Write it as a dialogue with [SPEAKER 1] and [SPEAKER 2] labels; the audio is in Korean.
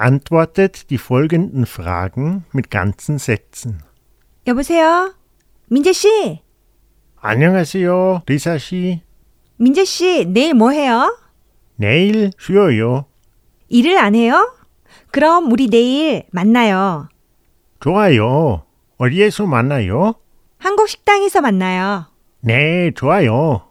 [SPEAKER 1] Beantwortet die folgenden Fragen mit ganzen Sätzen.
[SPEAKER 2] 여보세요? 민재 씨!
[SPEAKER 1] 안녕하세요, 리사 씨.
[SPEAKER 2] 민재 씨, 내일 뭐 해요?
[SPEAKER 1] 내일 쉬어요.
[SPEAKER 2] 일을 안 해요? 그럼 우리 내일 만나요.
[SPEAKER 1] 좋아요. 어디에서 만나요?
[SPEAKER 2] 한국 식당에서 만나요.
[SPEAKER 1] 네, 좋아요.